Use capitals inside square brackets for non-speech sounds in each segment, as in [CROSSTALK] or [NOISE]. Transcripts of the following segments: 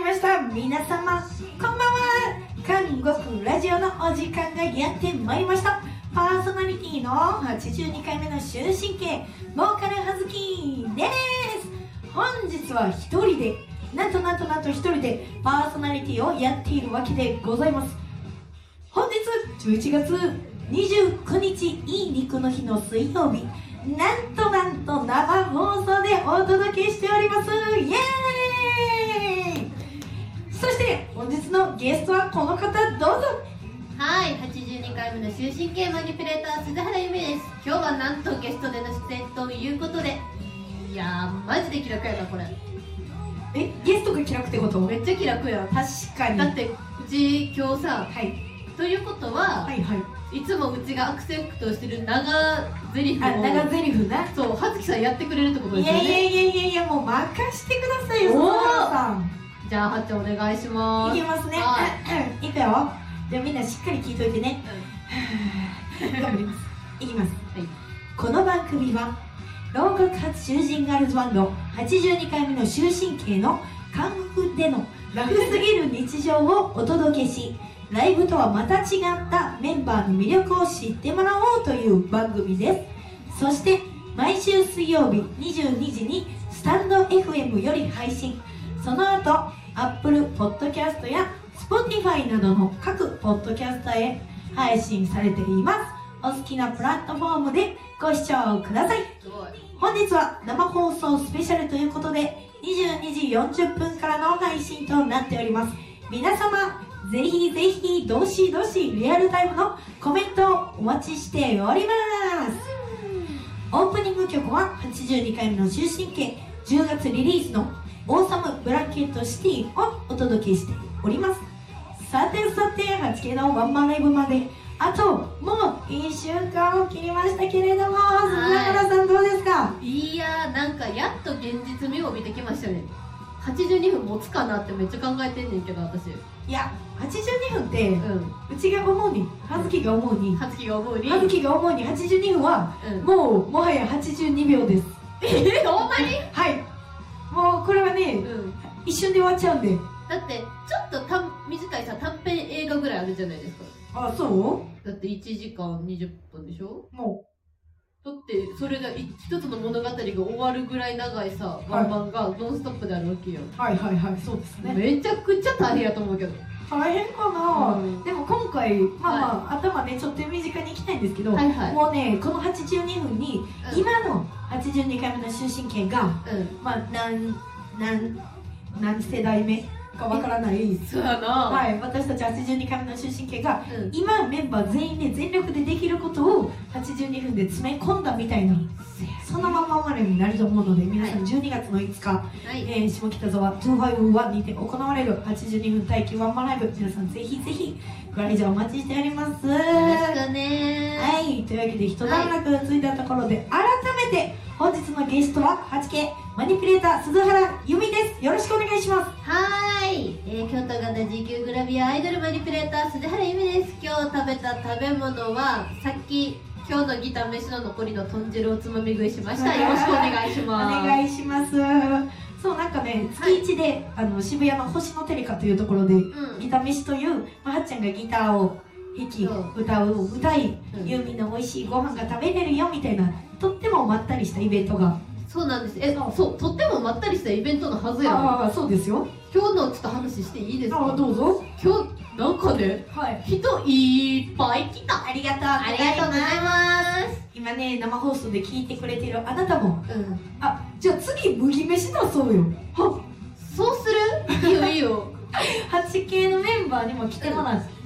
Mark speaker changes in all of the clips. Speaker 1: 皆様こんばんは韓国ラジオのお時間がやってまいりましたパーソナリティの82回目の終身刑ボーカルはずきです本日は一人でなんとなんとなんと一人でパーソナリティをやっているわけでございます本日11月29日いい肉の日の水曜日なんとなんと生放送でお届けしておりますイエーイそして本日のゲストはこの方どうぞ
Speaker 2: はい、82回目の終身刑マニピュレーター鈴原由美です今日はなんとゲストでの出演ということでいやーマジで気楽やなこれ
Speaker 1: えゲストが気楽ってこと
Speaker 2: めっちゃ気楽や
Speaker 1: 確かに
Speaker 2: だ
Speaker 1: はい
Speaker 2: ってうち今日さ
Speaker 1: はい
Speaker 2: ということは、
Speaker 1: はい
Speaker 2: い、つもうちがアクセントしてる長ゼリフを
Speaker 1: あ長ゼリフな
Speaker 2: そう葉月さんやってくれるってこと
Speaker 1: い
Speaker 2: ですよ
Speaker 1: や
Speaker 2: ね
Speaker 1: いやいやいやいやもう任してくださいよ
Speaker 2: おー
Speaker 1: 沢さん
Speaker 2: じゃあはっちゃんお願いしま
Speaker 1: い
Speaker 2: す
Speaker 1: きますね。
Speaker 2: は
Speaker 1: いくよ。じゃあみんなしっかり聞いといてね。頑張ります。いきます。
Speaker 2: はい
Speaker 1: この番組は浪曲発囚人ガールズバンド82回目の終身刑の韓国でのラフすぎる日常をお届けし。ライブとはまた違ったメンバーの魅力を知ってもらおうという番組ですそして毎週水曜日22時にスタンド FM より配信その後 Apple Podcast や Spotify などの各ポッドキャストへ配信されていますお好きなプラットフォームでご視聴ください
Speaker 2: すごい
Speaker 1: 本日は生放送スペシャルということで22時40分からの配信となっております皆様ぜひぜひどしどしリアルタイムのコメントをお待ちしておりますオープニング曲は82回目の終身刑10月リリースの「オーサムブランケットシティ」をお届けしておりますさてさて 8K のワンマンライブまであともう1週間を切りましたけれども
Speaker 2: い
Speaker 1: 鈴原さんどうですか、
Speaker 2: いやーなんかやっと現実味を帯びてきましたね82分持つかなってめっちゃ考えてんねんけど私
Speaker 1: いや82分って
Speaker 2: う
Speaker 1: うちが思うに葉月が思うに
Speaker 2: ん葉月が思うに
Speaker 1: 葉月が思うに82分は
Speaker 2: うん
Speaker 1: もうもはや82秒です
Speaker 2: えほんまに、
Speaker 1: はいもうこれはね
Speaker 2: うん、
Speaker 1: 一瞬で終わっちゃうんで
Speaker 2: だってちょっと短短いさ短編映画ぐらいあるじゃないですか
Speaker 1: あそ
Speaker 2: だって1時間20分でしょ
Speaker 1: うも
Speaker 2: だってそれが一一つの物語が終わるぐらい長いさ
Speaker 1: い
Speaker 2: ワンマンがノンストップであるわけよ、
Speaker 1: うはいはいはいそうですね
Speaker 2: めちゃくちゃ大変やと思うけど
Speaker 1: 大変かな、
Speaker 2: うん
Speaker 1: でも今回まあまあ、頭ねちょっと身近に行きたいんですけど、
Speaker 2: はいはい
Speaker 1: もうねこの82分に、
Speaker 2: うん
Speaker 1: 今の82回目の終身刑が
Speaker 2: うん
Speaker 1: まあ何何何世代目かわからない
Speaker 2: そうやな、は
Speaker 1: はい、私たち82回目の終身刑が
Speaker 2: いうん、
Speaker 1: 今メンバー全員で全力でできることを82分で詰め込んだみたいなそのまま生まれになると思うので皆さん12月の5日、
Speaker 2: はい
Speaker 1: えー下北沢251にて行われる82分待機ワンマンライブ皆さんぜひぜひご来場お待ちしております
Speaker 2: よろしくねー
Speaker 1: はい、というわけで一段落ついたところで改めて本日のゲストは 8K マニピュレーター鈴原由美ですよろしくお願いします
Speaker 2: はーい、えー京都型 G 級グラビアアイドルマニピュレーター鈴原由美です今日食べた食べ物はさっき今日のギター飯の残りの豚汁をつまみ食いしましたよろしくお願いし
Speaker 1: お
Speaker 2: ます
Speaker 1: 願いします。そうなんかね月一で、あの渋谷の星野テレカというところで、
Speaker 2: うん
Speaker 1: ギタ飯という、まあ、はっちゃんがギターを弾き
Speaker 2: そう
Speaker 1: 歌う歌い、
Speaker 2: うん
Speaker 1: ユーミンの美味しいご飯が食べれるよみたいなとってもまったりしたイベントが
Speaker 2: そうなんですえそうとってもまったりしたイベントのはずやん
Speaker 1: ああそうですよ
Speaker 2: 今日のちょっと話していいです
Speaker 1: ああ
Speaker 2: か
Speaker 1: どうぞ
Speaker 2: 今日なんかね
Speaker 1: はい
Speaker 2: 人いっぱい来た
Speaker 1: ありがとう
Speaker 2: ありがとうございま
Speaker 1: 今ね生放送で聞いてくれてるあなたも
Speaker 2: す、うん、
Speaker 1: あじゃあ次麦飯だそうよは
Speaker 2: そうするいいよいいよ
Speaker 1: 8K のメンバーにも来てもらって、
Speaker 2: うん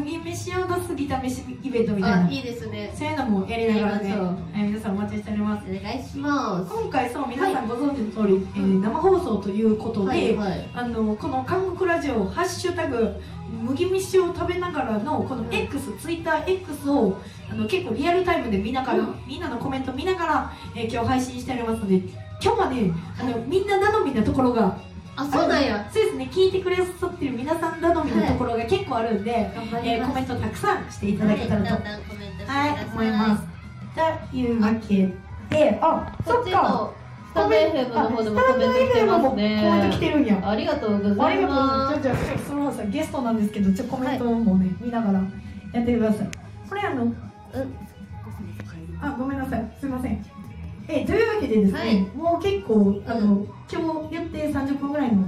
Speaker 1: 麦飯用の杉田飯イベントみたいな
Speaker 2: あいいですね
Speaker 1: そういうのもやりながらね
Speaker 2: やりましょう、
Speaker 1: はい皆さんお待ちしております。
Speaker 2: お願いします
Speaker 1: 今回そう皆さんご存知の通り、えー生放送ということで、
Speaker 2: はい
Speaker 1: あのこの韓国ラジオハッシュタグ麦飯を食べながらのこの
Speaker 2: うん
Speaker 1: X、ツイッター X をあの結構リアルタイムで見ながら、
Speaker 2: うん
Speaker 1: みんなのコメント見ながら、えー今日配信しておりますので。今日はね、あのみんな頼みなところが
Speaker 2: あそうなんや
Speaker 1: そうですね聞いてくださってる皆さん頼みなところが結構あるんで、
Speaker 2: 頑張
Speaker 1: えーコメントたくさんしていただけたらと
Speaker 2: だんだんコメントしてくださ。
Speaker 1: はいい、思います。というわけで、あ、そ
Speaker 2: こ
Speaker 1: っ
Speaker 2: っち
Speaker 1: か。
Speaker 2: のスタンド FM の方でもコメント来てますね
Speaker 1: コメント来てるんや
Speaker 2: ありがとうご
Speaker 1: あ
Speaker 2: ざ
Speaker 1: り
Speaker 2: い
Speaker 1: がとうござい
Speaker 2: ま
Speaker 1: ます。じゃあ、じゃあ、すみません、ゲストなんですけど、じゃあ、コメントもね、見ながらやってください。これ、あの、あ、ごめんなさい、すみません。え、というわけでですね、
Speaker 2: はい
Speaker 1: もう結構、あの、今日やって30分ぐらいの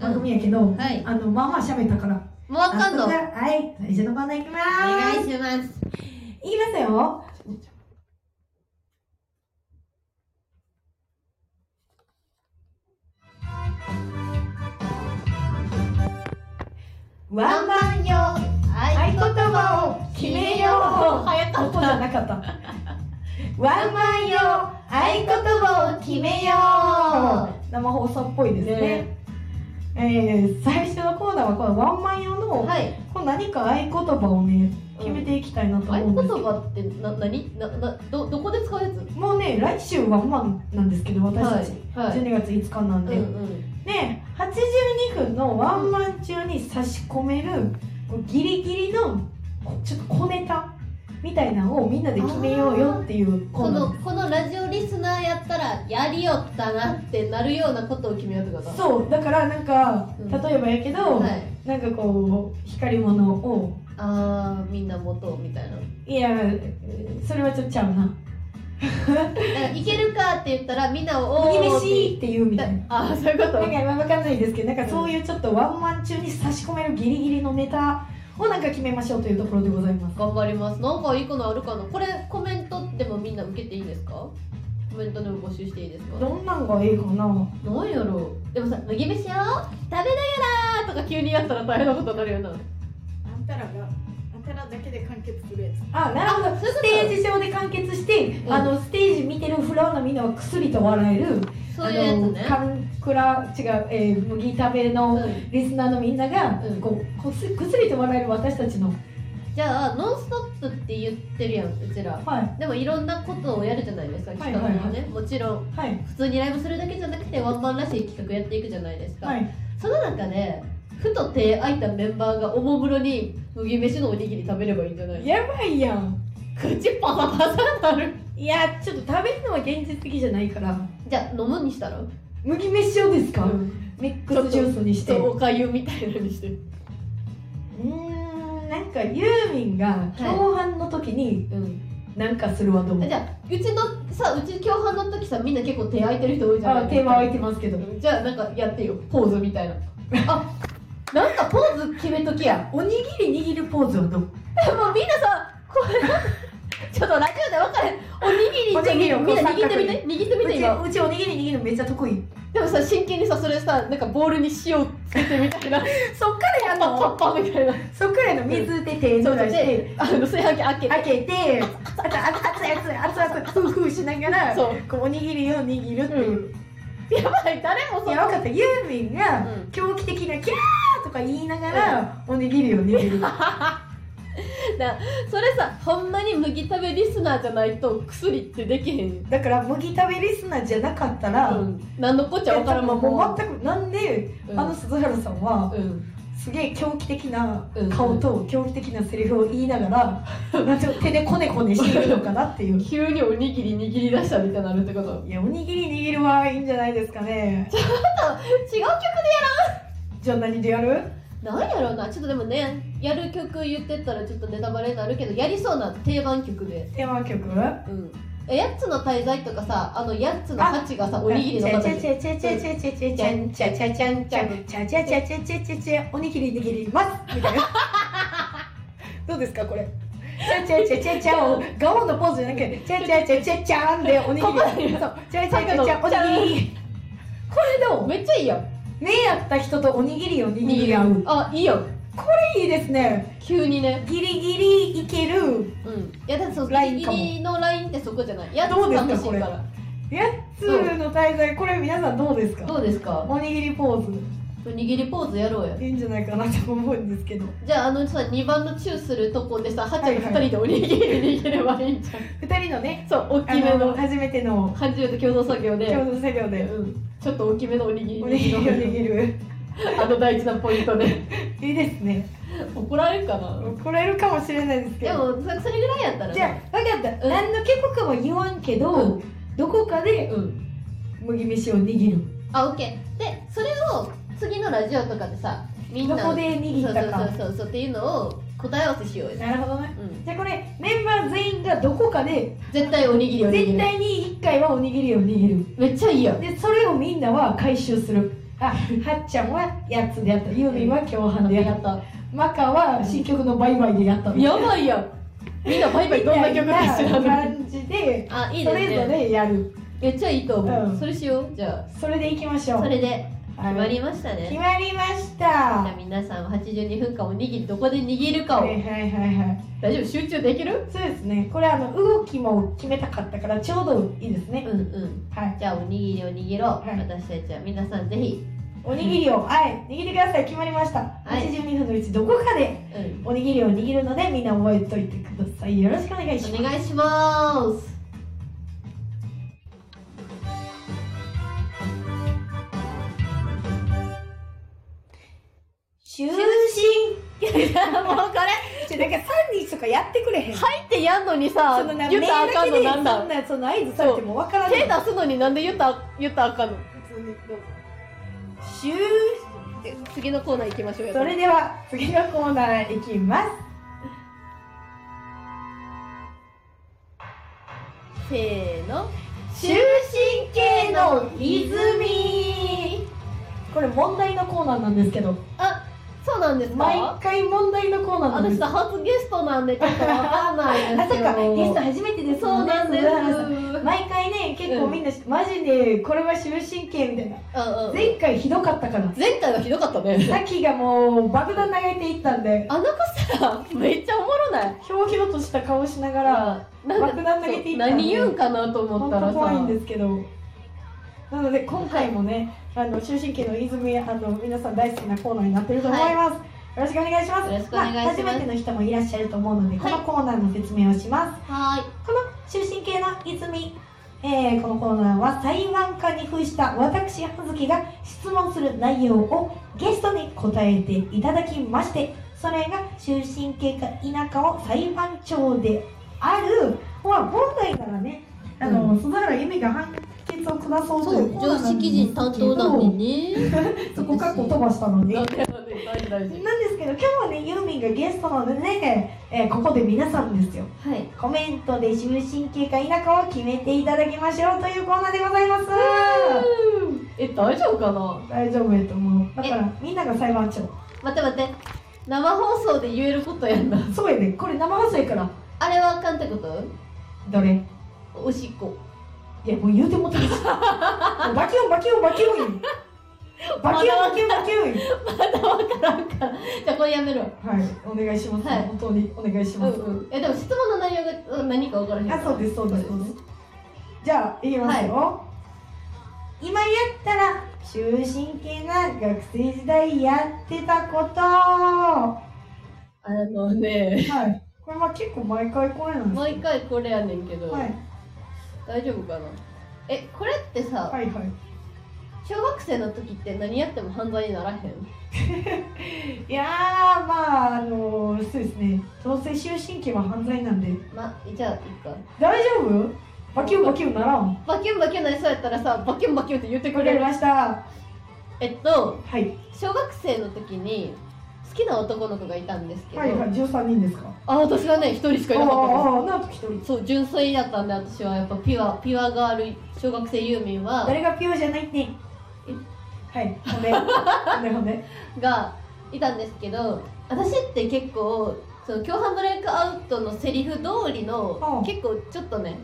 Speaker 1: 番組やけど、
Speaker 2: んはい
Speaker 1: あの、まあまあ喋ったから。
Speaker 2: すもうわかんの
Speaker 1: あ
Speaker 2: お
Speaker 1: じゃあはい、最初のバナーいきまー
Speaker 2: 願
Speaker 1: す。
Speaker 2: いします
Speaker 1: いきますよ。ワンマン
Speaker 2: ン用
Speaker 1: 合
Speaker 2: 合
Speaker 1: 言葉を決めよう
Speaker 2: 早か
Speaker 1: 音
Speaker 2: っ
Speaker 1: じゃ
Speaker 2: た
Speaker 1: なかった。ワンマン用合言葉を決めよう。生放送っぽいですね。
Speaker 2: ね
Speaker 1: えー最初のコーナーはこのワンマン用の、
Speaker 2: はい
Speaker 1: こう何か合言葉をね決めていきたいなと
Speaker 2: 合
Speaker 1: 思うん
Speaker 2: 言
Speaker 1: ですけど。
Speaker 2: 葉ってな何ななどどこで使うやつ
Speaker 1: もうね来週ワンマンなんですけど私たち、
Speaker 2: はいはい
Speaker 1: 12月5日なん
Speaker 2: うん
Speaker 1: で、
Speaker 2: うん
Speaker 1: ね82分のワンマン中に差し込めるこうギリギリのこちょっと小ネタみたいなのをみんなで決めようよっていうコ
Speaker 2: こ
Speaker 1: ーナ
Speaker 2: の
Speaker 1: ー
Speaker 2: このラジオリスナーやったらやりよったなってなるようなことを決めようってこと
Speaker 1: そうだからなんか
Speaker 2: うん
Speaker 1: 例えばやけど、
Speaker 2: はい
Speaker 1: なんかこう光り物を
Speaker 2: あーみんな持とうみたいなだ
Speaker 1: いやそれはちょっとちゃうな
Speaker 2: からいけるかって言ったらみんな
Speaker 1: 「
Speaker 2: をおー
Speaker 1: 麦
Speaker 2: って
Speaker 1: 飯」って言うみ
Speaker 2: 言
Speaker 1: た
Speaker 2: っ
Speaker 1: いな
Speaker 2: て。ああそういうこと
Speaker 1: なんか今わかんないですけどなんかそういうちょっとワンマン中に差し込めるギリギリのネタをなんか決めましょうというところでございます
Speaker 2: 頑張りますなんかいいこのあるかなこれコメントでもみんな受けていいですかコメントでも募集していいですか
Speaker 1: どんなんがいいかな
Speaker 2: なんやろうでもさ「麦飯よ食べながら」とか急にやったら大変なことになるよな
Speaker 3: あんたらがあんたらだけで完結するやつ
Speaker 1: あなるほど
Speaker 2: そういう
Speaker 1: ス
Speaker 2: こと
Speaker 1: テージ上で完結して、
Speaker 2: うん
Speaker 1: あのステージ見てるフラーのみんなはくすりと笑える
Speaker 2: そういうやつね
Speaker 1: あのカンクラ違う、えー麦食べ
Speaker 2: う
Speaker 1: の
Speaker 2: ん
Speaker 1: リスナーのみんなが、
Speaker 2: うん
Speaker 1: こうこすくすりと笑える私たちの
Speaker 2: じゃあ「ノンストップ!」って言ってるやんうちら
Speaker 1: はい
Speaker 2: でもいろんなことをやるじゃないですか
Speaker 1: い
Speaker 2: 企画もね、もちろん
Speaker 1: はい
Speaker 2: 普通にライブするだけじゃなくてワンマンらしい企画やっていくじゃないですか、
Speaker 1: はい
Speaker 2: その中でふと手空いたメンバーがおもむろに麦飯のおにぎり食べればいいんじゃない
Speaker 1: やばいやん
Speaker 2: 口パサパサになる
Speaker 1: いやちょっと食べるのは現実的じゃないから
Speaker 2: じゃあ飲むにしたら
Speaker 1: 麦飯をですか、
Speaker 2: うん
Speaker 1: ミックスジュースにし
Speaker 2: ち
Speaker 1: て
Speaker 2: ょっとおかゆみたいなのにして
Speaker 1: うーんなんかユーミンが共犯の時に
Speaker 2: うん
Speaker 1: なんかするわと思う、
Speaker 2: じゃあうちのさうち共犯の時さみんな結構手空いてる人多いじゃない
Speaker 1: あテーマは空いて
Speaker 2: る
Speaker 1: ますけど
Speaker 2: じゃあなんかやってよポーズみたいな [LAUGHS] あなんかポーズ決めときや
Speaker 1: おにぎり握るポーズはどう
Speaker 2: もうみんなさ、これ、ちょっとラジオで分かれへん。おにぎりちょっと、
Speaker 1: おにぎりを
Speaker 2: みんな握ってみ
Speaker 1: こ
Speaker 2: て、握ってみ
Speaker 1: う
Speaker 2: て
Speaker 1: ち
Speaker 2: 今。
Speaker 1: うちおにぎり握るのめっちゃ得意
Speaker 2: でもさ、真剣にさ、それさ、なんかボールに塩つけてみたいな、
Speaker 1: そっからやん
Speaker 2: パッパッ
Speaker 1: の
Speaker 2: パみたいな。
Speaker 1: そっからの水で手
Speaker 2: そう
Speaker 1: 濡
Speaker 2: そ
Speaker 1: ら
Speaker 2: う
Speaker 1: して
Speaker 2: で、あの炊飯器開けて、
Speaker 1: 開けてあとあ熱い熱い熱い熱いフーフーしながら
Speaker 2: そう。
Speaker 1: こうおにぎりを握るっていう、
Speaker 2: やばい、誰も
Speaker 1: い
Speaker 2: そ
Speaker 1: や分かったユーミンが
Speaker 2: うん
Speaker 1: 狂気的なキャーとか言いながらおにぎりを握る
Speaker 2: それさ、ほんまに麦食べリスナーじゃないと、薬ってできへん。
Speaker 1: だから麦食べリスナーじゃなかったら、
Speaker 2: うん。何のこっちゃ分からん
Speaker 1: も
Speaker 2: ま
Speaker 1: う
Speaker 2: ま。
Speaker 1: 全くなんで、
Speaker 2: うん
Speaker 1: あの鈴原さんは
Speaker 2: うん。
Speaker 1: すげえ狂気的な
Speaker 2: うん
Speaker 1: 顔と狂気的なセリフを言いながら、なんていうの手でコネコネしてるのかなっていうい
Speaker 2: 急におにぎり握り出したみたいになるってこと。
Speaker 1: やおにぎり握るはいいんじゃないですかね
Speaker 2: 違う曲
Speaker 1: じゃあ何でやる
Speaker 2: なんやろうなちょっとでもねやる曲言ってったらちょっとネタバレになるけどやりそうな定番曲で
Speaker 1: テーマ曲
Speaker 2: うんえやっつの滞在とかさあのやっつのハチがさおにぎりの
Speaker 1: ちゃ
Speaker 2: 形
Speaker 1: ちゃちゃちゃちゃちゃちゃちゃんちゃちゃちゃんちゃんちゃちゃちゃちゃちゃちゃちゃおにぎり握りますみたいなどうですかこれちゃちゃちゃちゃちゃをガオのポーズじゃなくてちゃちゃちゃちゃちゃんでおにぎり
Speaker 2: ここに
Speaker 1: そうちゃちゃちゃちゃおにぎりこれどう
Speaker 2: めっちゃいいやん
Speaker 1: 目やった人とおにぎりを握り合う
Speaker 2: あいいやん
Speaker 1: いいですね
Speaker 2: 急にね
Speaker 1: ギリギリいける
Speaker 2: うんいやだってその
Speaker 1: ラ
Speaker 2: ラ
Speaker 1: イン
Speaker 2: イ
Speaker 1: かも
Speaker 2: ンのラインってそこじゃないやっつ
Speaker 1: どうですか
Speaker 2: 楽しいか
Speaker 1: こ
Speaker 2: ら
Speaker 1: やつの滞在これ皆さんどうです
Speaker 2: ど
Speaker 1: か
Speaker 2: うですか
Speaker 1: おにぎりポーズ
Speaker 2: おにぎりポーズやろうや
Speaker 1: いいんじゃないかなと思うんですけど
Speaker 2: じゃああのさ2番のチューするとこでさハチが
Speaker 1: はいは
Speaker 2: 2
Speaker 1: い
Speaker 2: 人でおにぎり握ればいいんじゃん、
Speaker 1: 二人のね
Speaker 2: そう大
Speaker 1: あ
Speaker 2: きめ
Speaker 1: の
Speaker 2: の
Speaker 1: 初めての
Speaker 2: ハチと共同作業で
Speaker 1: 共同作業で
Speaker 2: うんちょっと大きめのおにぎり
Speaker 1: おにぎりを握る
Speaker 2: あの大事なポイントで
Speaker 1: いいですね
Speaker 2: 怒られるかな
Speaker 1: 怒られるかもしれないですけ
Speaker 2: で
Speaker 1: ど
Speaker 2: もそそれぐらいやったら
Speaker 1: じゃあ分かった、
Speaker 2: うん
Speaker 1: 何の曲かは言わんけど、
Speaker 2: う
Speaker 1: どこかで
Speaker 2: うん
Speaker 1: 麦飯を握る
Speaker 2: あオッケーでそれを次のラジオとかでさみん
Speaker 1: ど
Speaker 2: な
Speaker 1: こで握ったか
Speaker 2: そうそうそうそうそうっていうのを答え合わせしようよ、
Speaker 1: なるほどね
Speaker 2: うん、
Speaker 1: じゃあこれメンバー全員がどこかで
Speaker 2: 絶対おにぎりおにぎ
Speaker 1: 絶
Speaker 2: り
Speaker 1: 対に1回はおにぎりを握
Speaker 2: めっちゃいいやん
Speaker 1: るでそれをみんなは回収するあはっちゃんはやつでやったユーミンは共犯でやった
Speaker 2: た
Speaker 1: マカは新曲の「バイバイ」でやったみたいな
Speaker 2: やばいやんみんなバイバイどんな曲か知らない
Speaker 1: 感じで
Speaker 2: あいい
Speaker 1: そ
Speaker 2: です
Speaker 1: れぞ
Speaker 2: ね
Speaker 1: れやる
Speaker 2: めっちゃいいと思う、
Speaker 1: うん
Speaker 2: それしようじゃ
Speaker 1: それでいきましょ
Speaker 2: あ
Speaker 1: う
Speaker 2: それで
Speaker 1: は
Speaker 2: 決ま
Speaker 1: い
Speaker 2: りました
Speaker 1: 決
Speaker 2: ね
Speaker 1: まりまし
Speaker 2: じ
Speaker 1: た
Speaker 2: ゃあ皆さんは82分間おにぎりどこで握るか
Speaker 1: は
Speaker 2: を
Speaker 1: いはいはいはい
Speaker 2: 大丈夫集中できる
Speaker 1: そうですねこれあの動きも決めたかったからちょうどいいです
Speaker 2: う
Speaker 1: ね
Speaker 2: んうん
Speaker 1: はい
Speaker 2: じゃあおにぎりを握ろう、
Speaker 1: はい
Speaker 2: 私たちは皆さんぜひ、
Speaker 1: おにぎりをはい握ってください決まりました
Speaker 2: い
Speaker 1: 82分のうちどこかで
Speaker 2: うん、
Speaker 1: おにぎりを握るのでみんな覚えといてくださいよろしくお願いし
Speaker 2: お
Speaker 1: ます
Speaker 2: 願いします
Speaker 1: 終身
Speaker 2: [LAUGHS] もうこれ
Speaker 1: ちょなんか3人とかやってくれへん
Speaker 2: 入ってやんのにさ
Speaker 1: そのな
Speaker 2: 言ったらあかんの
Speaker 1: メー
Speaker 2: な
Speaker 1: ル
Speaker 2: ん
Speaker 1: だ
Speaker 2: だ
Speaker 1: けでそんなその合図されてもわからない
Speaker 2: 手出すのになんで言った言ったらあかんの
Speaker 3: 普通にどうぞ
Speaker 1: 終
Speaker 2: え次のコーナー行きましょうよ
Speaker 1: それでは次のコーナーいきます
Speaker 2: せーの
Speaker 1: 終身系の泉これ問題のコーナーなんですけど
Speaker 2: そうなんです
Speaker 1: 毎
Speaker 2: か
Speaker 1: 回問題のコーナーなんで
Speaker 2: 私
Speaker 1: すあ
Speaker 2: さ初ゲストなんでちょっとわかんないんです
Speaker 1: そっ
Speaker 2: よ
Speaker 1: かゲスト初めてです
Speaker 2: そうなんです
Speaker 1: 鈴原さん毎回ね結構みんな、マジでこれは終身刑みたいな
Speaker 2: うんうん
Speaker 1: 前回ひどかったから
Speaker 2: 前回はひどかったね
Speaker 1: さっきがもう爆弾投げていったんで
Speaker 2: あの子さめっちゃおもろない
Speaker 1: ひょうひょうとした顔しながら
Speaker 2: なんか
Speaker 1: 爆弾投げていったんで
Speaker 2: 何言うんかなと思
Speaker 1: 本
Speaker 2: ったら
Speaker 1: 当
Speaker 2: さ
Speaker 1: 怖いんですけどなので今回もね、あの終身刑の泉あの皆さん大好きなコーナーになってると思います、よろしくお願いします
Speaker 2: よろしくお願いします
Speaker 1: あ初めての人もいらっしゃると思うので、
Speaker 2: はい
Speaker 1: このコーナーの説明をします
Speaker 2: は
Speaker 1: この終身刑の泉、えーこのコーナーは裁判官に扮した私葉月が質問する内容をゲストに答えていただきましてそれが終身刑か否かを裁判長であるまあ本来ならねあの、
Speaker 2: う
Speaker 1: 鈴原由美が判決を下そ
Speaker 2: ー
Speaker 1: う
Speaker 2: そ
Speaker 1: といううコーナ
Speaker 2: 常
Speaker 1: ーなんです
Speaker 2: 識
Speaker 1: けど
Speaker 2: 人担当なんでね
Speaker 1: [LAUGHS] そこかっこ飛ばしたのに
Speaker 2: なんでなんで大事大事
Speaker 1: なんですけど今日はねユーミンがゲストなのでね、えーここで皆さんですよ
Speaker 2: はい
Speaker 1: コメントで終身刑か否かを決めていただきましょうというコーナーでございます
Speaker 2: え大丈夫かな
Speaker 1: 大丈夫やと思うだからみんなが裁判長
Speaker 2: 待って待って生放送で言えることやんな
Speaker 1: そうやねこれ生放送やから
Speaker 2: あれはあかんってこと
Speaker 1: どれ
Speaker 2: おしっこ
Speaker 1: いやもう言うてもってるしもうバキュンバキュンバキュンバキュンバキュンバキュン
Speaker 2: まだわからんからじゃあこれやめるわ
Speaker 1: はいお願いします、
Speaker 2: はい
Speaker 1: 本当にお願いし
Speaker 2: うん
Speaker 1: ます、
Speaker 2: うんえでも質問の内容がうん何かわからへん
Speaker 1: あそうですそうですそうですじゃあいきますよ、今やったら終身刑な学生時代やってたことは
Speaker 2: あのね
Speaker 1: いこれまあ結構毎回これなんです
Speaker 2: 毎回これやねんけど、
Speaker 1: はい
Speaker 2: 大丈夫かなえこれってさ、
Speaker 1: はいはい
Speaker 2: 小学生の時って何やっても犯罪にならへん
Speaker 1: いやーまああのそうですね強制終身刑は犯罪なんで
Speaker 2: まじゃあいいか
Speaker 1: 大丈夫バキュンバキュンならん
Speaker 2: バキュンバキュンなりそうやったらさバキュンバキュンって言って
Speaker 1: わ
Speaker 2: く
Speaker 1: か
Speaker 2: れ
Speaker 1: り
Speaker 2: る
Speaker 1: ました
Speaker 2: えっと
Speaker 1: はい
Speaker 2: 小学生の時に好きな男の子がいたんですけど、
Speaker 1: はいはい13人ですか
Speaker 2: あ私はね一人し
Speaker 1: あ
Speaker 2: かいなかった
Speaker 1: あああなんと一人
Speaker 2: ですそう純粋だったんで私はやっぱピュアピュアガール小学生ユーミンは
Speaker 1: 誰がピュアじゃないってはい骨骨骨
Speaker 2: がいたんですけど私って結構その共犯ブレイクアウトのセリフ通り
Speaker 1: う
Speaker 2: の
Speaker 1: ん
Speaker 2: 結構ちょっとね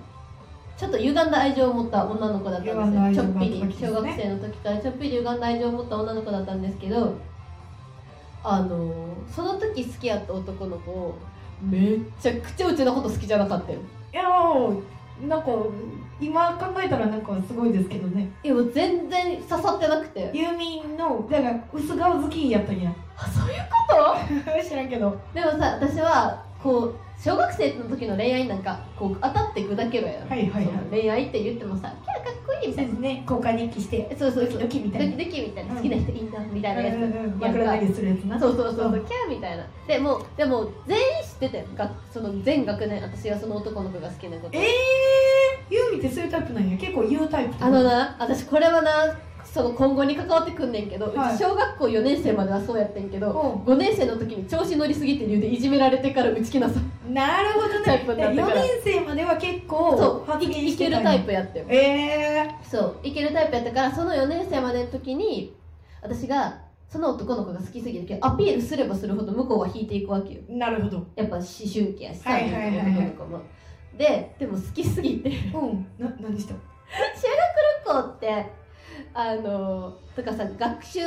Speaker 2: ちょっと歪んだ愛情を持った女の子だったんですよちょっぴ
Speaker 1: 歪んだ愛情があったわけですね
Speaker 2: り小学生の時からちょっぴり歪んだ愛情を持った女の子だったんですけどあのーその時好きやった男の子めっちゃくちゃうちのこと好きじゃなかったよ
Speaker 1: いやもうなんか今考えたらなんかすごいですけどね
Speaker 2: いやもう全然刺さってなくて
Speaker 1: ユーミンのだから薄顔好きやったんや
Speaker 2: あそういうこと
Speaker 1: 知らんけど
Speaker 2: でもさ私はこう小学生の時の恋愛なんかこう当たって砕けろやん
Speaker 1: はいはいはい
Speaker 2: その恋愛って言ってもさ「キャーかっこいい」みた
Speaker 1: そう
Speaker 2: い
Speaker 1: で
Speaker 2: な
Speaker 1: すね交換日記して
Speaker 2: 「そうそうそう
Speaker 1: ドキドキみたいな
Speaker 2: ドキドキみたいな
Speaker 1: うん
Speaker 2: 好きな人いいんだ」みたいなやつ、
Speaker 1: うん枕投げするやつな
Speaker 2: そうそうそうそううキャーみたいなでもうでも全員知っててがその全学年私はその男の子が好きなこと
Speaker 1: ええユーミンってそういうタイプなんや結構言うタイプ
Speaker 2: あのな私これはなその今後に関わってくんねんけど、
Speaker 1: はいう
Speaker 2: ち小学校4年生まではそうやってんけど
Speaker 1: う
Speaker 2: 5年生の時に調子乗りすぎて理由でいじめられてから打ち切なさ
Speaker 1: なるほど
Speaker 2: タイプ
Speaker 1: ね
Speaker 2: にな
Speaker 1: 4
Speaker 2: っ
Speaker 1: 年
Speaker 2: たから
Speaker 1: 生までは結
Speaker 2: そ
Speaker 1: 構
Speaker 2: う
Speaker 1: 発言
Speaker 2: いい
Speaker 1: して
Speaker 2: け
Speaker 1: た
Speaker 2: る
Speaker 1: んや
Speaker 2: タイプやってん
Speaker 1: えー、
Speaker 2: そういけるタイプやったからその4年生までの時に私がその男の子が好きすぎるけどアピールすればするほど向こうは引いていくわけよ
Speaker 1: なるほど
Speaker 2: やっぱ思春期やしさ、
Speaker 1: はいはいはいはい
Speaker 2: 男の子もででも好きすぎて
Speaker 1: うんな何した
Speaker 2: 高校ってあのとかさ学習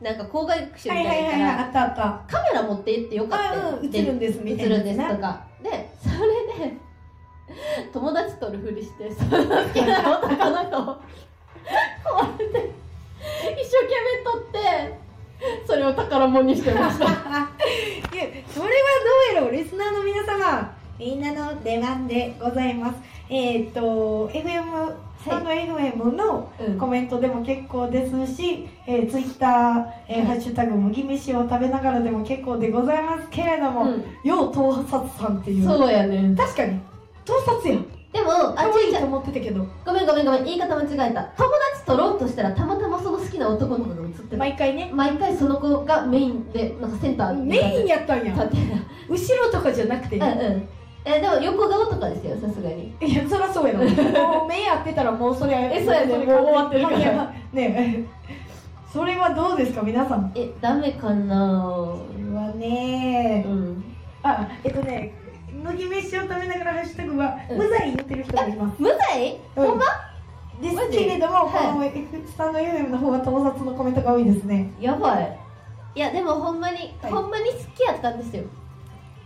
Speaker 2: なんか校外学習み
Speaker 1: は
Speaker 2: た
Speaker 1: い
Speaker 2: い
Speaker 1: はいはいはい
Speaker 2: なから
Speaker 1: あったあった
Speaker 2: カメラ持って行ってよかった
Speaker 1: あ
Speaker 2: よ
Speaker 1: うん
Speaker 2: で
Speaker 1: 映るんですみた
Speaker 2: 映
Speaker 1: いな
Speaker 2: るんですとかでそれで友達とるふりしてその好きな男の子を壊れて一生懸命撮ってそれを宝物にしてまし
Speaker 1: [LAUGHS]
Speaker 2: た
Speaker 1: いやそれはどうやろうリスナーの皆様みんなの出番でございますえーっと FM スタンド FM の
Speaker 2: うん
Speaker 1: コメントでも結構ですし、えー、ツイッター、えー
Speaker 2: うん
Speaker 1: ハッシュタグ麦飯を食べながらでも結構でございますけれども、
Speaker 2: う
Speaker 1: よう盗撮さんってい
Speaker 2: ん
Speaker 1: う
Speaker 2: そうやね
Speaker 1: 確かに盗撮やん
Speaker 2: でもあ
Speaker 1: 可
Speaker 2: ち
Speaker 1: 愛
Speaker 2: い
Speaker 1: い
Speaker 2: ちゃ
Speaker 1: と
Speaker 2: ん
Speaker 1: 思ってたけど
Speaker 2: ごめんごめんごめん言い方間違えた友達撮ろうとしたらたまたまその好きな男の子が映ってた
Speaker 1: 毎回ね
Speaker 2: 毎回その子がメインでなんかセンター
Speaker 1: メイン
Speaker 2: ン
Speaker 1: やったんや
Speaker 2: 立って
Speaker 1: 後ろとかじゃなくて、
Speaker 2: たうんうんえでも横顔とかですよさすがに
Speaker 1: いやそらそうや
Speaker 2: [LAUGHS]
Speaker 1: ろもう目やってたらもうそれ
Speaker 2: えそうやねもう終わってるから
Speaker 1: ねそれはどうですか皆さん
Speaker 2: えダメかな
Speaker 1: それは
Speaker 2: う
Speaker 1: ね
Speaker 2: ん
Speaker 1: あえっとね麦飯を食べながらハッシュタグは、
Speaker 2: うん
Speaker 1: 無罪言ってる人がいます
Speaker 2: 無罪
Speaker 1: うん
Speaker 2: ほんま
Speaker 1: です
Speaker 2: マジ
Speaker 1: けれども、
Speaker 2: はい
Speaker 1: この F スタンド FM の方は盗撮のコメントが多いですね
Speaker 2: やばいいやでもほんまに、
Speaker 1: はい
Speaker 2: ほんまに好きやったんですよ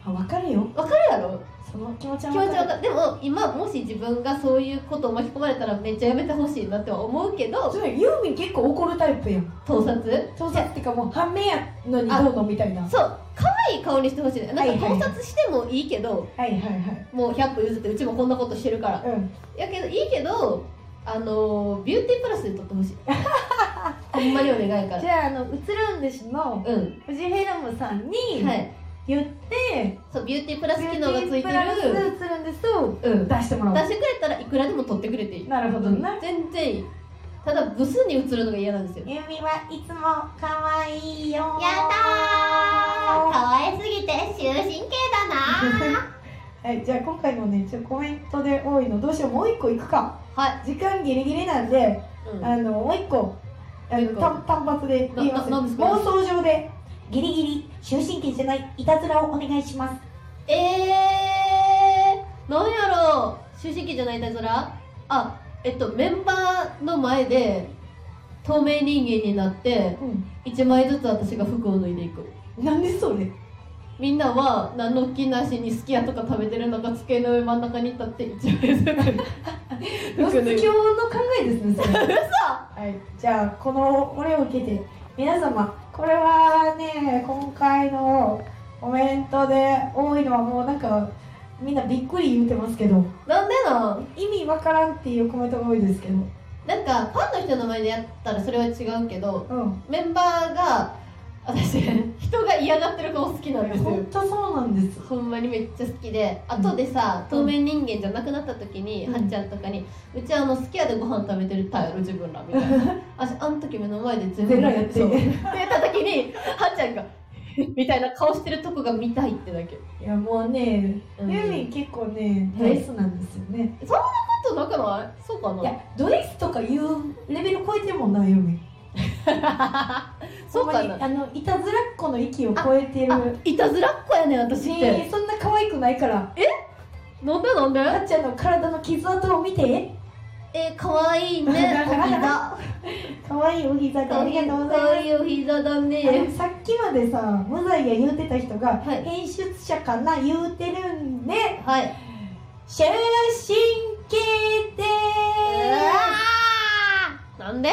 Speaker 1: あ分かるよ
Speaker 2: わかるやろ
Speaker 1: その気持ち
Speaker 2: 気
Speaker 1: は
Speaker 2: 持
Speaker 1: 分
Speaker 2: ち
Speaker 1: か
Speaker 2: わ
Speaker 1: る
Speaker 2: かるでも今もし自分がそういうことを巻き込まれたらめっちゃやめてほしいなっては思うけど
Speaker 1: それユーミン結構怒るタイプやん
Speaker 2: 盗撮
Speaker 1: 盗撮ってかもう半面やのにどうのみたいなは
Speaker 2: そう可愛い顔にしてほしいねなんか盗撮してもいいけど、
Speaker 1: いはいはい
Speaker 2: もう100歩譲ってうちもこんなことしてるから
Speaker 1: うん
Speaker 2: やけどいいけどあのービューティープラスで撮ってほ [LAUGHS] しいほんまにお願いから
Speaker 1: じゃああの「うつるんでし」の
Speaker 2: うん
Speaker 1: フジヘラムさんに
Speaker 2: はい
Speaker 1: 言って、
Speaker 2: そうビューティープラス機能がついてる
Speaker 1: プラスうつるんですと
Speaker 2: うん
Speaker 1: 出
Speaker 2: 出
Speaker 1: してもらお
Speaker 2: してくれたらいくらでも撮ってくれていいう
Speaker 1: なるほどな
Speaker 2: 全然いいただブスに映るのが嫌なんですよ
Speaker 1: ユーミンはいつも可愛いよやっ
Speaker 2: 愛すぎて終身刑だ
Speaker 1: はい、じゃあ今回もねちょっとコメントで多いのどうしようもう一個いくか
Speaker 2: はい、
Speaker 1: 時間ギリギリなんで、
Speaker 2: うん、
Speaker 1: あのもう一個あ
Speaker 2: もう
Speaker 1: の
Speaker 2: 一個
Speaker 1: 単単発で言います
Speaker 2: なななんですか
Speaker 1: 妄想上でギリギリ終身刑じゃないいたずらをお願いします
Speaker 2: えー、なんやろう終止期じゃないいたずらあえっとメンバーの前で透明人間になって
Speaker 1: う
Speaker 2: 1枚ずつ私が服を脱いでいく
Speaker 1: んなんでそれ
Speaker 2: みんなは何の気なしにすき家とか食べてる中机の上真ん中に立って1枚
Speaker 1: [LAUGHS]
Speaker 2: ずつ
Speaker 1: 露
Speaker 2: 服
Speaker 1: 出
Speaker 2: 脱い
Speaker 1: 狂の考えですねそ
Speaker 2: [LAUGHS]
Speaker 1: れはい、じゃあこのこれを受けて皆様これはね今回のコメントで多いのはもうなんかみんなびっくり言うてますけど
Speaker 2: なんでなん
Speaker 1: 意味わからんっていうコメントが多いですけど
Speaker 2: なんかファンの人の前でやったらそれは違うけど
Speaker 1: うん
Speaker 2: メンバーが私人が嫌がってる顔好きなんですよ
Speaker 1: 本当そうなんです
Speaker 2: ほんまにめっちゃ好きで後でさ透明人間じゃなくなった時に、
Speaker 1: うん
Speaker 2: はっちゃんとかに「うちあの好きやでご飯食べてるタイやろ自分ら」みたいな「私あの時目の前で全部
Speaker 1: 全部やって
Speaker 2: そうって言った時にはっちゃんが「みたいな顔してるとこが見たいってだけ
Speaker 1: いやもうね
Speaker 2: うん
Speaker 1: ユーミン結構ね
Speaker 2: うん
Speaker 1: ド S なんですよね
Speaker 2: あとなくないそうか
Speaker 1: い
Speaker 2: な
Speaker 1: やド S とかいうレベル超えてるもんなユー [LAUGHS] ミン
Speaker 2: そう
Speaker 1: ほ
Speaker 2: か
Speaker 1: んまに
Speaker 2: な
Speaker 1: あのいたずらっ子の域を超えてる
Speaker 2: あいたずらっ子やねん私っ
Speaker 1: ね
Speaker 2: て
Speaker 1: そんな可愛くないから
Speaker 2: なんでなん
Speaker 1: [LAUGHS]
Speaker 2: で
Speaker 1: あっちゃんの体の傷跡を見て
Speaker 2: えー、かわいいねお
Speaker 1: [LAUGHS]
Speaker 2: 膝
Speaker 1: 可愛いお膝でありがとうございます
Speaker 2: かわいいお膝だ
Speaker 1: あ
Speaker 2: ね
Speaker 1: のさっきまでさ無罪が言うてた人が、
Speaker 2: はい
Speaker 1: 編集者かな言うてるんで
Speaker 2: はい
Speaker 1: 終身刑でー
Speaker 2: なんで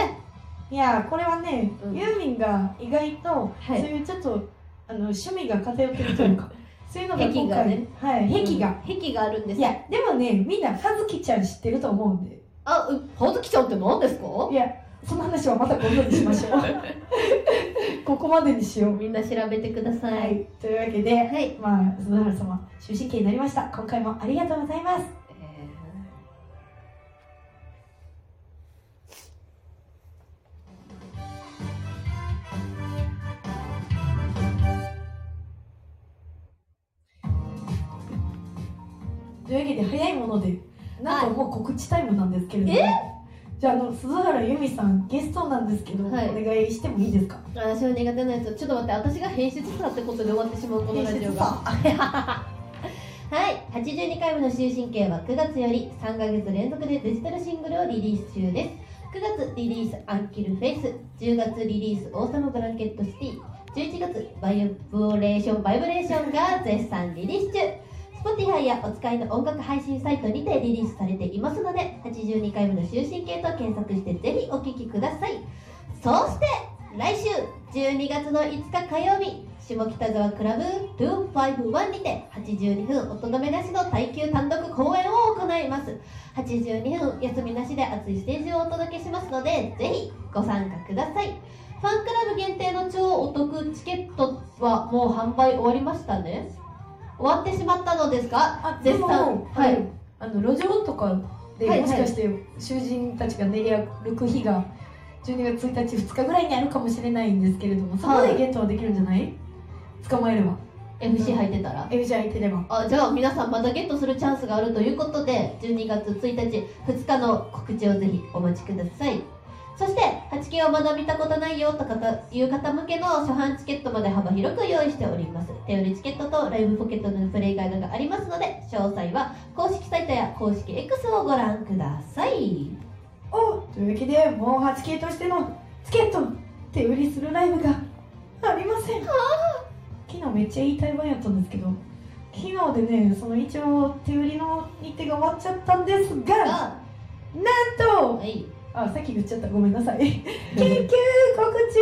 Speaker 1: いやこれはね、
Speaker 2: うん
Speaker 1: ユーミンが意外と、
Speaker 2: はい
Speaker 1: そういうちょっとあの趣味が偏ってると
Speaker 2: [LAUGHS]
Speaker 1: いうかそういうのが
Speaker 2: 癖
Speaker 1: 今
Speaker 2: が
Speaker 1: 回
Speaker 2: ね
Speaker 1: はい癖が、
Speaker 2: 癖があるんです
Speaker 1: いやでもねみんな葉月ちゃん知ってると思うんで
Speaker 2: あ、う葉月ちゃんって何ですか
Speaker 1: いやその話はまた今度にしまし
Speaker 2: [LAUGHS]
Speaker 1: ょうここまでにしよう
Speaker 2: みんな調べてくださ。
Speaker 1: はいいというわけで
Speaker 2: はい。
Speaker 1: まあ、鈴原様、終身刑になりました。今回もありがとうございます。
Speaker 2: えー
Speaker 1: というわけで早いものでなんともう告知タイムなんですけれども、じゃああの鈴原由美さんゲストなんですけど、
Speaker 2: はい
Speaker 1: お願いしてもいいですか
Speaker 2: 私は苦手なやつちょっと待って私が編集さってことで終わってしまうこのラジオがはい82回目の終身刑は9月より3ヶ月連続でデジタルシングルをリリース中です9月リリース「アンキルフェイス」10月リリース「王様ブランケットシティ」11月「バイブレーションバイブレーション」が絶賛リリース中 Spotify やお使いの音楽配信サイトにてリリースされていますので82回目の終身刑と検索してぜひお聴きくださいそして来週12月の5日火曜日下北沢クラブルーム51にて82分おとどめなしの耐久単独公演を行います82分休みなしで熱いステージをお届けしますのでぜひご参加くださいファンクラブ限定の超お得チケットはもう販売終わりましたね終わってしまったのですか
Speaker 1: あ
Speaker 2: 絶賛
Speaker 1: でも
Speaker 2: はい
Speaker 1: あのあの路上とかで、
Speaker 2: はいは
Speaker 1: も
Speaker 2: い
Speaker 1: しかして囚人たちが練り歩く日が12月1日2日ぐらいにあるかもしれないんですけれどもそこ
Speaker 2: は
Speaker 1: で
Speaker 2: い
Speaker 1: ゲットはできるんじゃない捕まえれば
Speaker 2: MC 入ってたら
Speaker 1: MC 入ってれば
Speaker 2: あじゃあ皆さんまたゲットするチャンスがあるということで12月1日2日の告知をぜひお待ちくださいそして「八木をまだ見たことないよ」とかたいう方向けの初版チケットまで幅広く用意しております手売りチケットとライブポケットのプレイガイドがありますので詳細は公式サイトや公式 X をご覧ください
Speaker 1: おというわけでもう 8K としてのチケット手売りするライブがありません昨日めっちゃいい台湾やったんですけど昨日でねその一応手売りの日程が終わっちゃったんですが
Speaker 2: あ
Speaker 1: なんと
Speaker 2: はい
Speaker 1: あ、さっき言っちゃった。ごめんなさい。緊急告知です。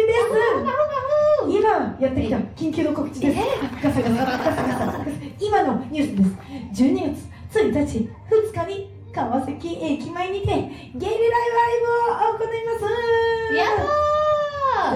Speaker 1: 今やってきた緊急の告知です。ガサガサガサガサガサ。今のニュースです。12月1日、2日に川崎駅前にてゲリラライブを行います。
Speaker 2: や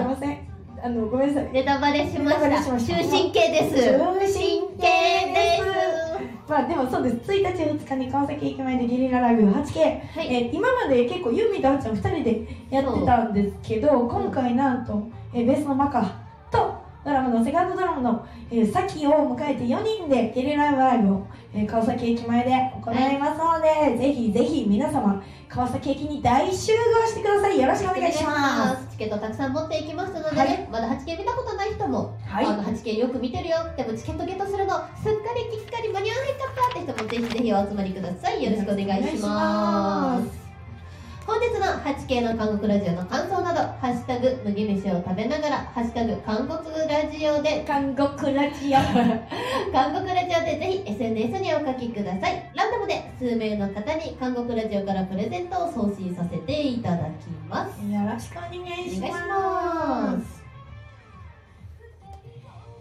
Speaker 1: すい
Speaker 2: っ
Speaker 1: ません。あのごめんなさ
Speaker 2: ー
Speaker 1: い。
Speaker 2: ネタバレしまし
Speaker 1: ネタバ
Speaker 2: た
Speaker 1: レしました
Speaker 2: 終身刑です
Speaker 1: 終身
Speaker 2: 終身
Speaker 1: 刑
Speaker 2: 刑です
Speaker 1: まあでもそうです。1日、2日に川崎駅前でゲリラライブ 8K。
Speaker 2: はい
Speaker 1: えー今まで結構ユーミンとあっちゃん2人でやってたんですけど今回なんと、えーベースのマカとドラムのセカンドドラムの、えー、サキを迎えて4人でゲリラライブを、えー川崎駅前で行いますので、ぜひぜひ皆様川崎駅に大集合してくださいよろしくお願いします
Speaker 2: す。チケットたくさん持っていきますのでね、
Speaker 1: はい
Speaker 2: まだ 8K 見たことない人も、
Speaker 1: はい
Speaker 2: あの 8K よく見てるよ、でもチケットゲットするの、すっかりきっかり間に合わなかったって人も、ぜひぜひお集まりください。よろしくお願いします。本日の 8K の韓国ラジオの感想など、ハッシュタグ麦飯を食べながら、ハッシュタグ韓国ラジオで、
Speaker 1: 韓国ラジオ
Speaker 2: 韓国ラジオでぜひ SNS にお書きください。ランダムで数名の方に韓国ラジオからプレゼントを送信させていただきます。
Speaker 1: よろしくお願いし
Speaker 2: お願い
Speaker 1: ま
Speaker 2: します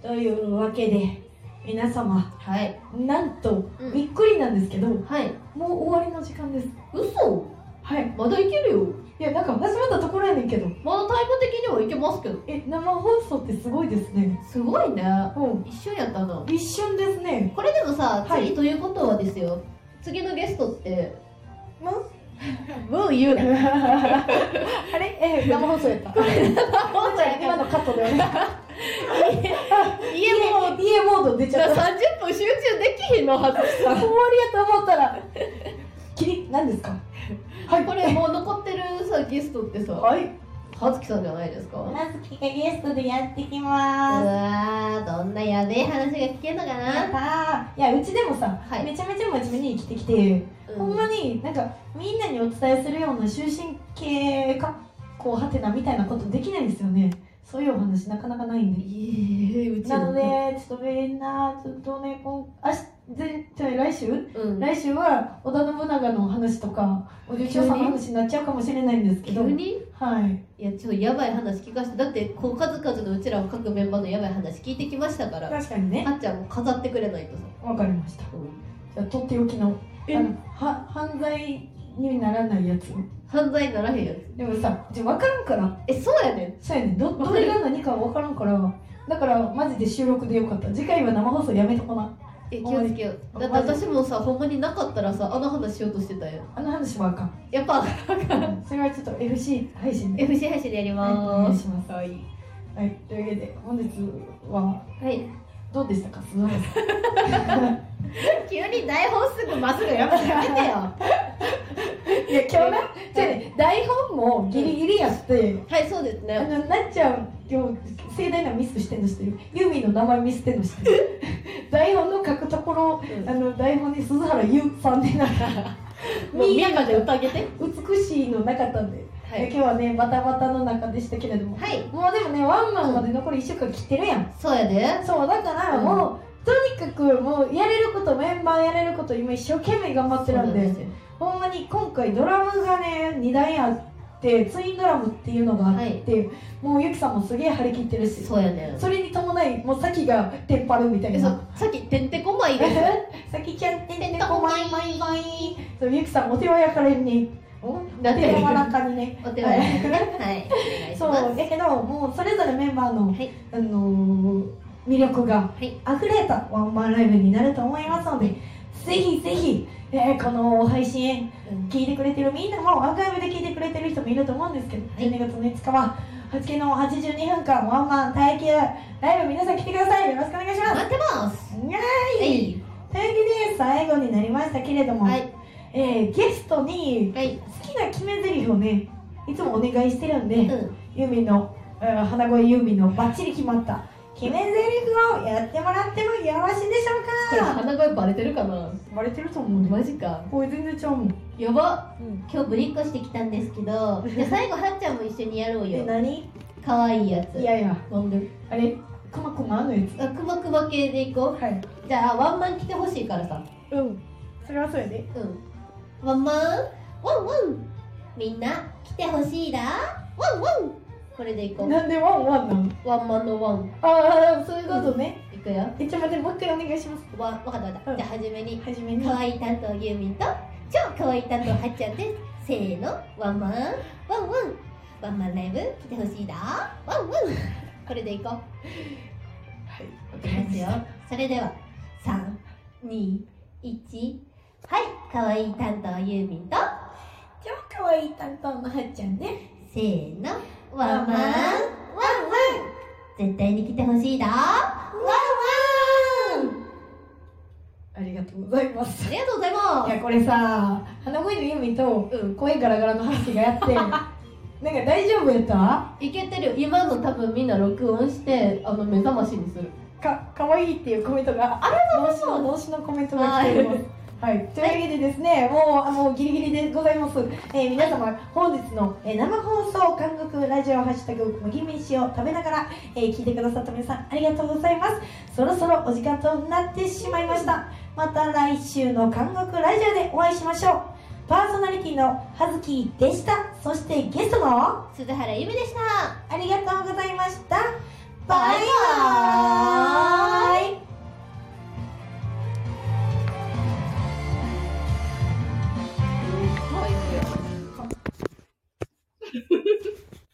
Speaker 1: というわけで皆様
Speaker 2: はい。
Speaker 1: なんと、
Speaker 2: うん
Speaker 1: びっくりなんですけど
Speaker 2: はい。
Speaker 1: もう終わりの時間です
Speaker 2: 嘘
Speaker 1: はい
Speaker 2: まだいけるよ。
Speaker 1: いやなんか始まったところやねんけど
Speaker 2: まだタイム的にはいけますけど。
Speaker 1: え生放送ってすごいですね
Speaker 2: すごいね。
Speaker 1: うん
Speaker 2: 一瞬やったな。
Speaker 1: 一瞬です [LAUGHS] ね
Speaker 2: これでもさ、
Speaker 1: はい
Speaker 2: 次ということはですよ。次のゲストって。
Speaker 1: む
Speaker 2: [LAUGHS] もう言うな。
Speaker 1: あれえ生放送や [LAUGHS] った
Speaker 2: 本当やね。
Speaker 1: 今のカットだよね
Speaker 2: 家もう。
Speaker 1: 家モード出ちゃ
Speaker 2: 30
Speaker 1: った
Speaker 2: 分集中できひんのはず
Speaker 1: [LAUGHS] 終わりやと思った [LAUGHS] らきり何ですかはい
Speaker 2: これもう残ってるさゲストってさは
Speaker 1: はい
Speaker 2: ずきさんじゃないですかうわ
Speaker 1: なずきがゲストでやってきま
Speaker 2: ーどんなやべえ話が聞けんのか
Speaker 1: やっ
Speaker 2: な
Speaker 1: たーいやうちでもさ、
Speaker 2: はい
Speaker 1: めちゃめちゃ真面目に生きてきて
Speaker 2: うん
Speaker 1: ほんまになんかみんなにお伝えするような終身系かこうハテナみたいなことできないんですよねそういうお話なかなかないんで
Speaker 2: いえうち
Speaker 1: なの
Speaker 2: の
Speaker 1: でちょっとみんなちょっとねこうあしぜじゃあ来週
Speaker 2: うん
Speaker 1: 来週は織田信長の話とかお嬢さんの話になっちゃうかもしれないんですけ
Speaker 2: 急
Speaker 1: ど
Speaker 2: に
Speaker 1: はい
Speaker 2: いやちょっとやばい話聞かせてだってこう数々のうちらも各メンバーのやばい話聞いてきましたから
Speaker 1: 確かにね
Speaker 2: あっちゃんも飾ってくれないとさ、
Speaker 1: わかりましたじゃあとっておきのあのは犯罪にならないやつ
Speaker 2: 犯罪にならへんやつ
Speaker 1: でもさじゃあ分からんから
Speaker 2: えそうやね
Speaker 1: そうやねどどれが何か分からんからだからマジで収録でよかった次回は生放送やめとこなん
Speaker 2: え気をつけよう
Speaker 1: おい
Speaker 2: だって私もさほんまになかったらさあの話しようとしてたよ
Speaker 1: あの話はあかん
Speaker 2: やっぱ
Speaker 1: [LAUGHS] それはちょっと FC 配信で
Speaker 2: FC 配信でやり
Speaker 1: はいお願
Speaker 2: ま
Speaker 1: い
Speaker 2: す
Speaker 1: しますはい、というわけで本日は
Speaker 2: はい
Speaker 1: どうでしたか鈴原さん
Speaker 2: 急に台本すぐまっすぐやめてやめてよ
Speaker 1: いや今日な、じゃあね、台本もギリギリやって、
Speaker 2: はいそうです
Speaker 1: あ
Speaker 2: ね
Speaker 1: のなっちゃん今日盛大なミスしてんの知ってるユーミンの名前ミスってんの知ってる [LAUGHS] 台本の書くところあの台本に鈴原優さんでな
Speaker 2: もう宮川で歌あげて
Speaker 1: 美しいのなかったんで、
Speaker 2: は
Speaker 1: 今日はねバタバタの中でしたけれども
Speaker 2: はい
Speaker 1: もうでもねワンマンまで残り1週間切ってるやん、
Speaker 2: そうやで
Speaker 1: そうだから
Speaker 2: うん
Speaker 1: もう、とにかくもうやれることメンバーやれること今一生懸命頑張ってるんで
Speaker 2: そうなんですよ
Speaker 1: ほんまに今回ドラムがね2台あってツインドラムっていうのがあって、もうゆきさんもすげえ張り切ってるし
Speaker 2: そうやね
Speaker 1: それに伴いもうさきがテンパるみたい
Speaker 2: えそ
Speaker 1: な
Speaker 2: さっきてんてこまいです
Speaker 1: さきちゃんってねこまいまいまいそうゆきさんお手柔らかにねお
Speaker 2: だって
Speaker 1: 手柔らかにね
Speaker 2: お手はねはいお願いし
Speaker 1: そ
Speaker 2: ます
Speaker 1: うやけどもうそれぞれメンバーの、
Speaker 2: はい
Speaker 1: あのー魅力が
Speaker 2: はい
Speaker 1: 溢れたワンマンライブになると思いますので、ぜひぜひ、えーこの配信
Speaker 2: うん
Speaker 1: 聞いてくれてるみんなもアーカイブで聞いてくれてる人もいると思うんですけど、
Speaker 2: い
Speaker 1: 12月の5日は8の82分間ワンマン耐久ライブ皆さん来てくださいよろしくお願いします
Speaker 2: 待ってます
Speaker 1: にゃ
Speaker 2: は
Speaker 1: ーい
Speaker 2: い
Speaker 1: というわけで最後になりましたけれども、
Speaker 2: はい
Speaker 1: えーゲストに
Speaker 2: はい
Speaker 1: 好きな決め台詞をねいつもお願いしてるんで、
Speaker 2: うん
Speaker 1: ユーミンの、うん、花声ユーミンのバッチリ決まった決め台詞をやってもらってもよろしいでし
Speaker 2: こ
Speaker 1: ょ
Speaker 2: れ
Speaker 1: うか
Speaker 2: 鼻声バレてるかな
Speaker 1: バレてると思うね
Speaker 2: マジか
Speaker 1: これ全然ちゃうもん
Speaker 2: やば、
Speaker 3: うん
Speaker 2: 今日ぶりっこしてきたんですけどじゃあ最後はっちゃんも一緒にやろう
Speaker 1: え
Speaker 2: よ
Speaker 1: 何
Speaker 2: かわいいやつ
Speaker 1: いやいや
Speaker 2: なんで
Speaker 1: あれくまくまのやつ
Speaker 2: あくまくま系でいこ
Speaker 1: はいう
Speaker 2: じゃあワンマン来てほしいからさ
Speaker 1: うんそれはそうやで
Speaker 2: うんワンマンワンワンみんな来てほしいだワンワンこれでいこう
Speaker 1: なんでワンワンなの
Speaker 2: ワンマンのワン
Speaker 1: ああそういうことね、
Speaker 2: いくよ
Speaker 1: えちょっと待ってもう一回お願いします
Speaker 2: わわかったわかっ
Speaker 1: う
Speaker 2: た
Speaker 1: ん
Speaker 2: じゃあ初めに
Speaker 1: はじめに
Speaker 2: かわいい担当ユーミンと超かわいい担当はっちゃんですせーのワンマンワンワンワンマンライブ来てほしいだワンワンこれでいこうはいきますよそれでは321はいかわいい担当ユーミンと
Speaker 1: 超かわいい担当のはっちゃんね
Speaker 2: せーのワンマンワンワン絶対に来てほしいだワンワン
Speaker 1: ありがとうございます
Speaker 2: ありがとうございま
Speaker 1: いやこれさ花声のユーミンと、うん、声ガラガラの話がやってなんか大丈夫やった
Speaker 2: すいけてるよ今の多分みんな録音してあの目覚ましにする
Speaker 1: か可愛いっていうコメントがあれ脳死の脳死のコメントが来ております。はい、というわけでですね、もうあもうギリギリでございます。えー皆様、本日の、えー生放送韓国ラジオハッシュタグ麦飯を食べながら、えー聞いてくださった皆さんありがとうございます。そろそろお時間となってしまいました。また来週の韓国ラジオでお会いしましょう。パーソナリティの葉月でした。そしてゲストの
Speaker 2: 鈴原ゆめでした
Speaker 1: ありがとうございました。
Speaker 2: バ
Speaker 1: バ
Speaker 2: イ
Speaker 1: イ
Speaker 2: バ
Speaker 1: バ
Speaker 2: ーイ
Speaker 1: ーイ